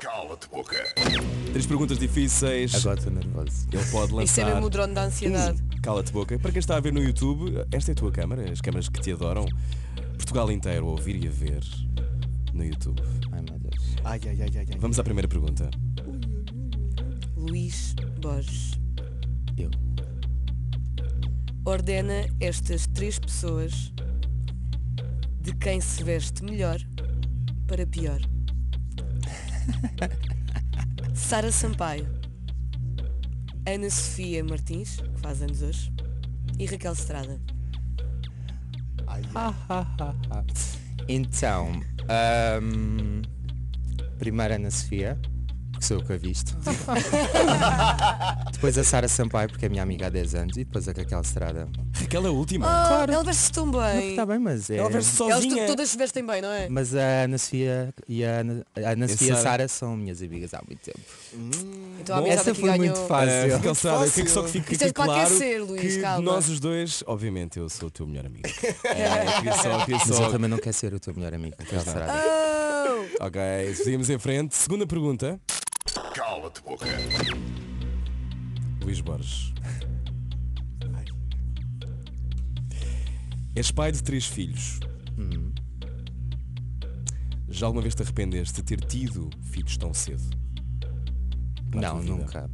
cala de boca. Três perguntas difíceis. Agora estou nervoso. Ele pode lançar. Isso é mesmo o drone da ansiedade. Cala-te boca. Para quem está a ver no YouTube, esta é a tua câmara, as câmaras que te adoram. Portugal inteiro a ouvir e a ver no YouTube. Ai meu Deus. Ai, ai, ai, ai, ai. Vamos à primeira pergunta. Luís Borges Eu. ordena estas três pessoas de quem se veste melhor para pior. Sara Sampaio, Ana Sofia Martins, que faz anos hoje, e Raquel Estrada. ai, ai. Então, ahm, primeiro Ana Sofia, porque sou eu que a visto. depois a Sara Sampaio, porque é minha amiga há 10 anos. E depois a Raquel Estrada. Raquel, é a última. Ah, elas veste-se tão bem. Está bem, mas é. Ela veste Elas sozinha. to- todas se vestem bem, não é? Mas a Ana Sofia e a Ana, a Ana Sofia e a Sara. Sara são minhas amigas há muito tempo. Então a Bom, amizade essa aqui foi ganhou... muito Ah, fácil. Raquel Estrada, fácil. que só que fica Isto é aqui de qualquer claro ser, Luís, que calma. nós os dois, obviamente, eu sou o teu melhor amigo. É, queria só, queria Mas só- eu também não quero ser o teu melhor amigo, Raquel Estrada. Oh! Ok, seguimos em frente. Segunda pergunta. Cala de boca. Luís Borges. És pai de três filhos. Hum. Já alguma vez te arrependeste de ter tido filhos tão cedo? Na Não, tua vida? nunca.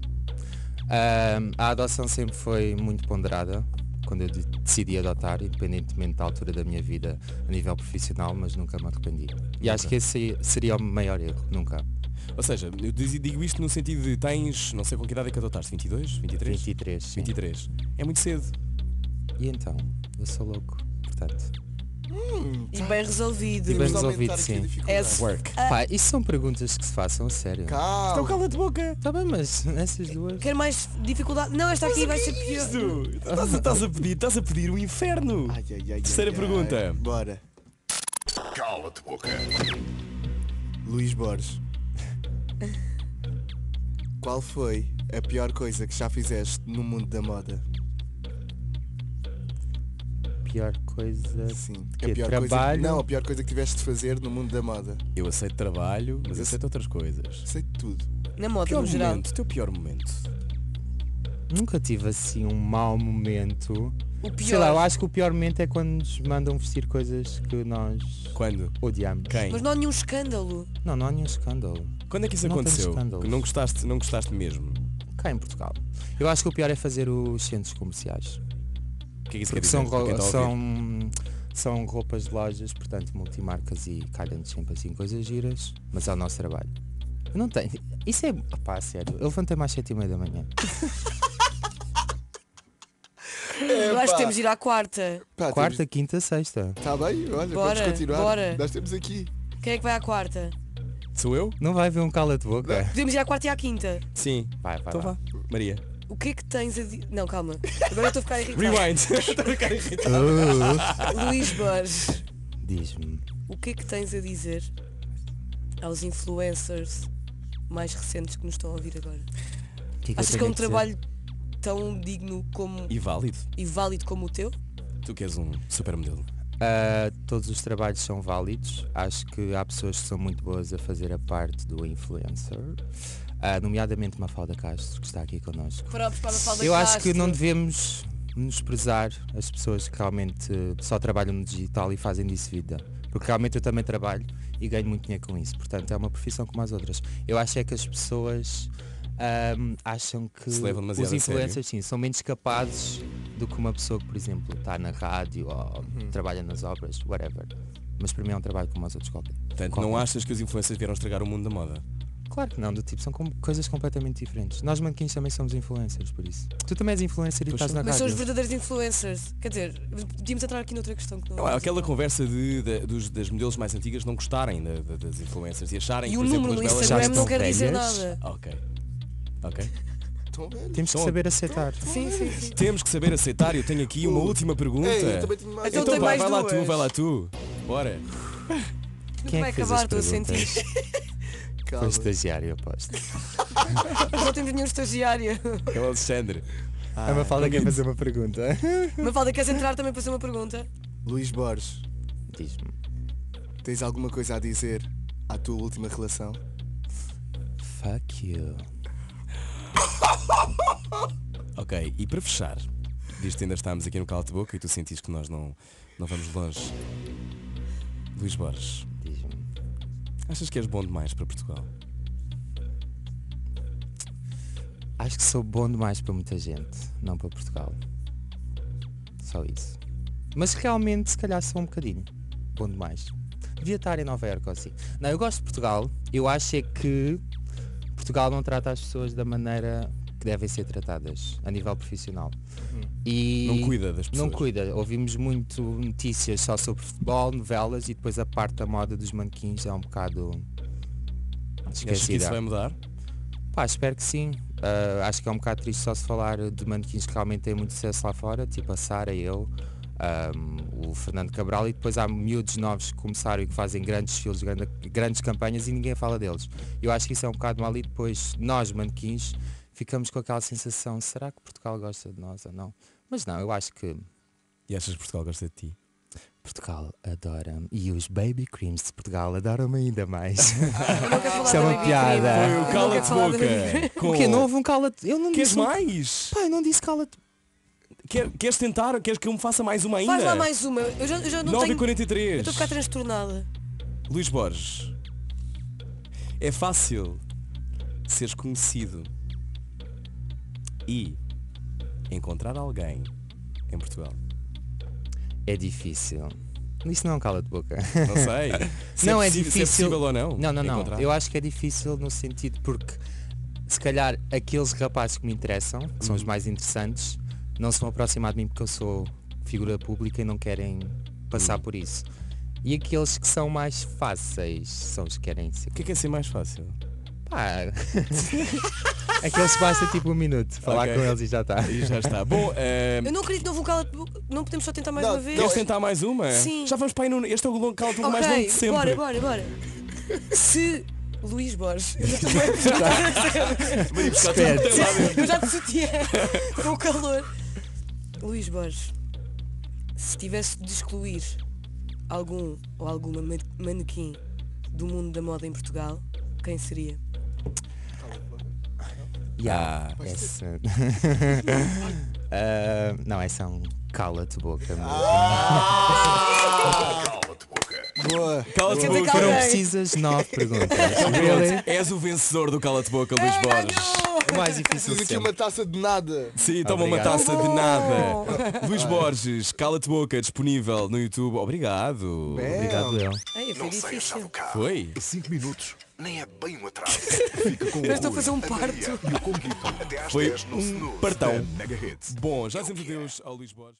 Ahm, a adoção sempre foi muito ponderada quando eu de- decidi adotar, independentemente da altura da minha vida a nível profissional, mas nunca me arrependi. E acho que esse seria o maior erro, nunca. Ou seja, eu diz- digo isto no sentido de tens, não sei com que idade é que adotaste, 22, 23? 23. sim. 23. É muito cedo. E então, eu sou louco, portanto. E bem resolvido. E É bem Temos de resolvido, aumentar aqui a sim. dificuldade. Essa- Work. Pá, isso são perguntas que se façam, a sério. Calma. cala de boca. Tá bem, mas essas duas. Quer mais dificuldade? Não, esta aqui vai ser pior. Isto! Estás, a- estás a pedir, estás a pedir o inferno! Ai, ai, ai, ai, Terceira ai. pergunta. Bora. Cala de boca. Luís Borges. Qual foi a pior coisa que já fizeste no mundo da moda? Pior coisa. Sim. Que Assim, a pior trabalho? Coisa, não, a pior coisa que tiveste de fazer no mundo da moda. Eu aceito trabalho, mas eu aceito outras coisas. Sei de tudo. Na moda, Pior no geral. momento, teu pior momento. Nunca tive assim um mau momento. O pior. Sei lá, eu acho que o pior momento é quando nos mandam vestir coisas que nós Quando? odiamos. Quem? Mas não há nenhum escândalo. Não, não há nenhum escândalo. Quando é que isso Não temos aconteceu? escândalos. Que não gostaste, não gostaste mesmo. Cá em Portugal. Eu acho que o pior é fazer os centros comerciais. O que é que isso quer Porque dizer? são, Para quem ro- está a ouvir? são, são roupas de lojas, portanto, multimarcas e calham-nos sempre assim coisas giras, mas é o nosso trabalho. Eu não tenho. Isso é. Pá, a sério. Eu levantei-me às 7 e meia da manhã. Ah, Eu acho que temos de ir à quarta. Pá, Quarta, quinta, sexta. Está bem? Olha, Bora, vamos continuar. bora. Nós temos aqui. Quem é que vai à quarta? Sou eu? Não vai haver um cala de boca. Podemos ir à quarta e à quinta. Sim. Vai, vai. Então vai. vá. Maria. O que é que tens a di... Não, calma. Agora eu estou a ficar irritado. Rewind. Estou a ficar irritado. Luís Borges, Diz-me. o que é que tens a dizer aos influencers mais recentes que nos estão a ouvir agora? O que é que eu Achas que é tenho um a dizer? trabalho tão digno como E válido. e válido como o teu? Tu que és um supermodelo. Uh, todos os trabalhos são válidos. Acho que há pessoas que são muito boas a fazer a parte do influencer, uh, nomeadamente Mafalda Castro, que está aqui connosco. Próprios para a assim. Mafalda Eu acho Castro. que não devemos menosprezar as pessoas que realmente uh, só trabalham no digital e fazem disso vida. Porque realmente eu também trabalho e ganho muito dinheiro com isso. Portanto, é uma profissão como as outras. Eu acho é que as pessoas um, acham que Se levam demasiado os a sério. influencers sim, são menos capazes do que uma pessoa que, por exemplo, está na rádio ou Uhum. trabalha nas obras, whatever. Mas para mim é um trabalho como os outros qualquer. Portanto, Qual? não achas que os influencers vieram estragar o mundo da moda? Claro que não, do tipo, são com- coisas completamente diferentes. Nós mannequins também somos influencers, por isso. Tu também és influencer e estás na Mas são os rádio. verdadeiros influencers. Quer dizer, podíamos entrar aqui noutra questão que não. é. Não, há aquela conversa de, da- dos, das modelos mais antigas não gostarem da- da- das influencers e acharem E que, o por exemplo, número no as belas Instagram não estão quer dizer velhas? nada. Ok. Ok. Estão velhos. Temos que São- saber aceitar. Sim, sim, sim. Temos que saber aceitar. Eu tenho aqui uma Uh. última pergunta. Ei, eu também tenho mais. Então Então, tem vai, mais vai lá tu, duas. vai lá tu. Bora. Quem vai é que fez acabar, as estou a sentir. perguntas? Foi o Calma. estagiário, eu aposto. Não temos nenhum estagiário. É o Alexandre. a Mafalda quer fazer uma pergunta. Mafalda, queres entrar também para fazer uma pergunta? Luís Borges, Diz-me. tens alguma coisa a dizer à tua última relação? Fuck you. Ok, e para fechar, visto que ainda estamos aqui no calo de boca e tu sentiste que nós não, não vamos longe. Luís Borges, Diz-me. achas que és bom demais para Portugal? Acho que sou bom demais para muita gente, não para Portugal. Só isso. Mas realmente, se calhar, sou um bocadinho bom demais. Devia estar em Nova Iorque ou assim. Não, eu gosto de Portugal. Eu acho é que Portugal não trata as pessoas da maneira que devem ser tratadas a nível profissional. E Uhum. Não cuida das pessoas. Não cuida. Ouvimos muito notícias só sobre futebol, novelas e depois a parte da moda dos manquins é um bocado Achas que isso esquecida. vai mudar? Pá, espero que sim. Ah, acho que é um bocado triste só se falar de manequins que realmente têm muito sucesso lá fora, tipo a Sara, eu, ahm, o Fernando Cabral, e depois há miúdos novos que começaram e que fazem grandes desfiles, grande- grandes campanhas e ninguém fala deles. Eu acho que isso é um bocado mal e depois nós, manequins, ficamos com aquela sensação, será que Portugal gosta de nós ou não? Mas não, eu acho que E achas que Portugal gosta de ti? Portugal adora-me e os baby creams de Portugal adoram-me ainda mais. Eu nunca falava Isso é da uma Baby piada. Cream. Foi Eu Eu nunca cala de falava da Baby Cream. boca! Com... Porque não houve um cala Eu não Queres disse um- mais? Pá, eu não disse cala Quer- queres tentar? Queres que eu me faça mais uma ainda? Faz lá mais uma. Eu já, eu já não tenho... Eu 9h43. estou a ficar transtornada. Luís Borges, é fácil seres conhecido e encontrar alguém em Portugal. É difícil. Isso não é um cala de boca. Não sei. se não é possi- difícil. Se é possível ou não. Não, não, não. encontrar. Eu acho que é difícil no sentido porque se calhar aqueles rapazes que me interessam, que são os Uhum. mais interessantes, não se vão aproximar de mim porque eu sou figura pública e não querem Uhum. passar por isso. E aqueles que são mais fáceis são os que querem ser. O que é que é ser mais fácil? Pá. aqueles que basta tipo um minuto, falar Ok. com eles e já tá. está. Aí já está. Bom, eh, Eu não acredito no vocal. Não podemos só tentar mais Não, uma vez. queres tentar mais uma? Sim. Já vamos para aí no... Este é o longo calo mais longo de Ok, sempre. bora, bora, bora. Se Luís Borges. Eu já estou bem Vem buscar tudo Espera. que tem lá dentro. Eu já te sutiã com o calor. Luís Borges, se tivesse de excluir algum ou alguma ma- manequim do mundo da moda em Portugal, quem seria? Yeah, essa... Ah, não, essa é um cala-te boca. meu. Ah! Cala-te boca. Boa. Cala-te Quer dizer boca. que Não alguém- precisas de nove perguntas. Pronto, És o vencedor do cala-te boca, Luís Borges. O mais difícil Preciso de aqui uma taça de nada. Sim, toma uma Obrigado. taça de nada. Luís Borges, cala-te boca, disponível no YouTube. Obrigado. Obrigado, eu. Ai, foi Não saias já é difícil. do carro. Foi? 5 minutos. Nem é bem um atraso. Fica com Eu estou a Rui, fazer um Maria parto. e o Conguito. Até às Foi 10 no um Snooze partão. da Mega Hits. Bom, já dizemos adeus ao Luís Borges.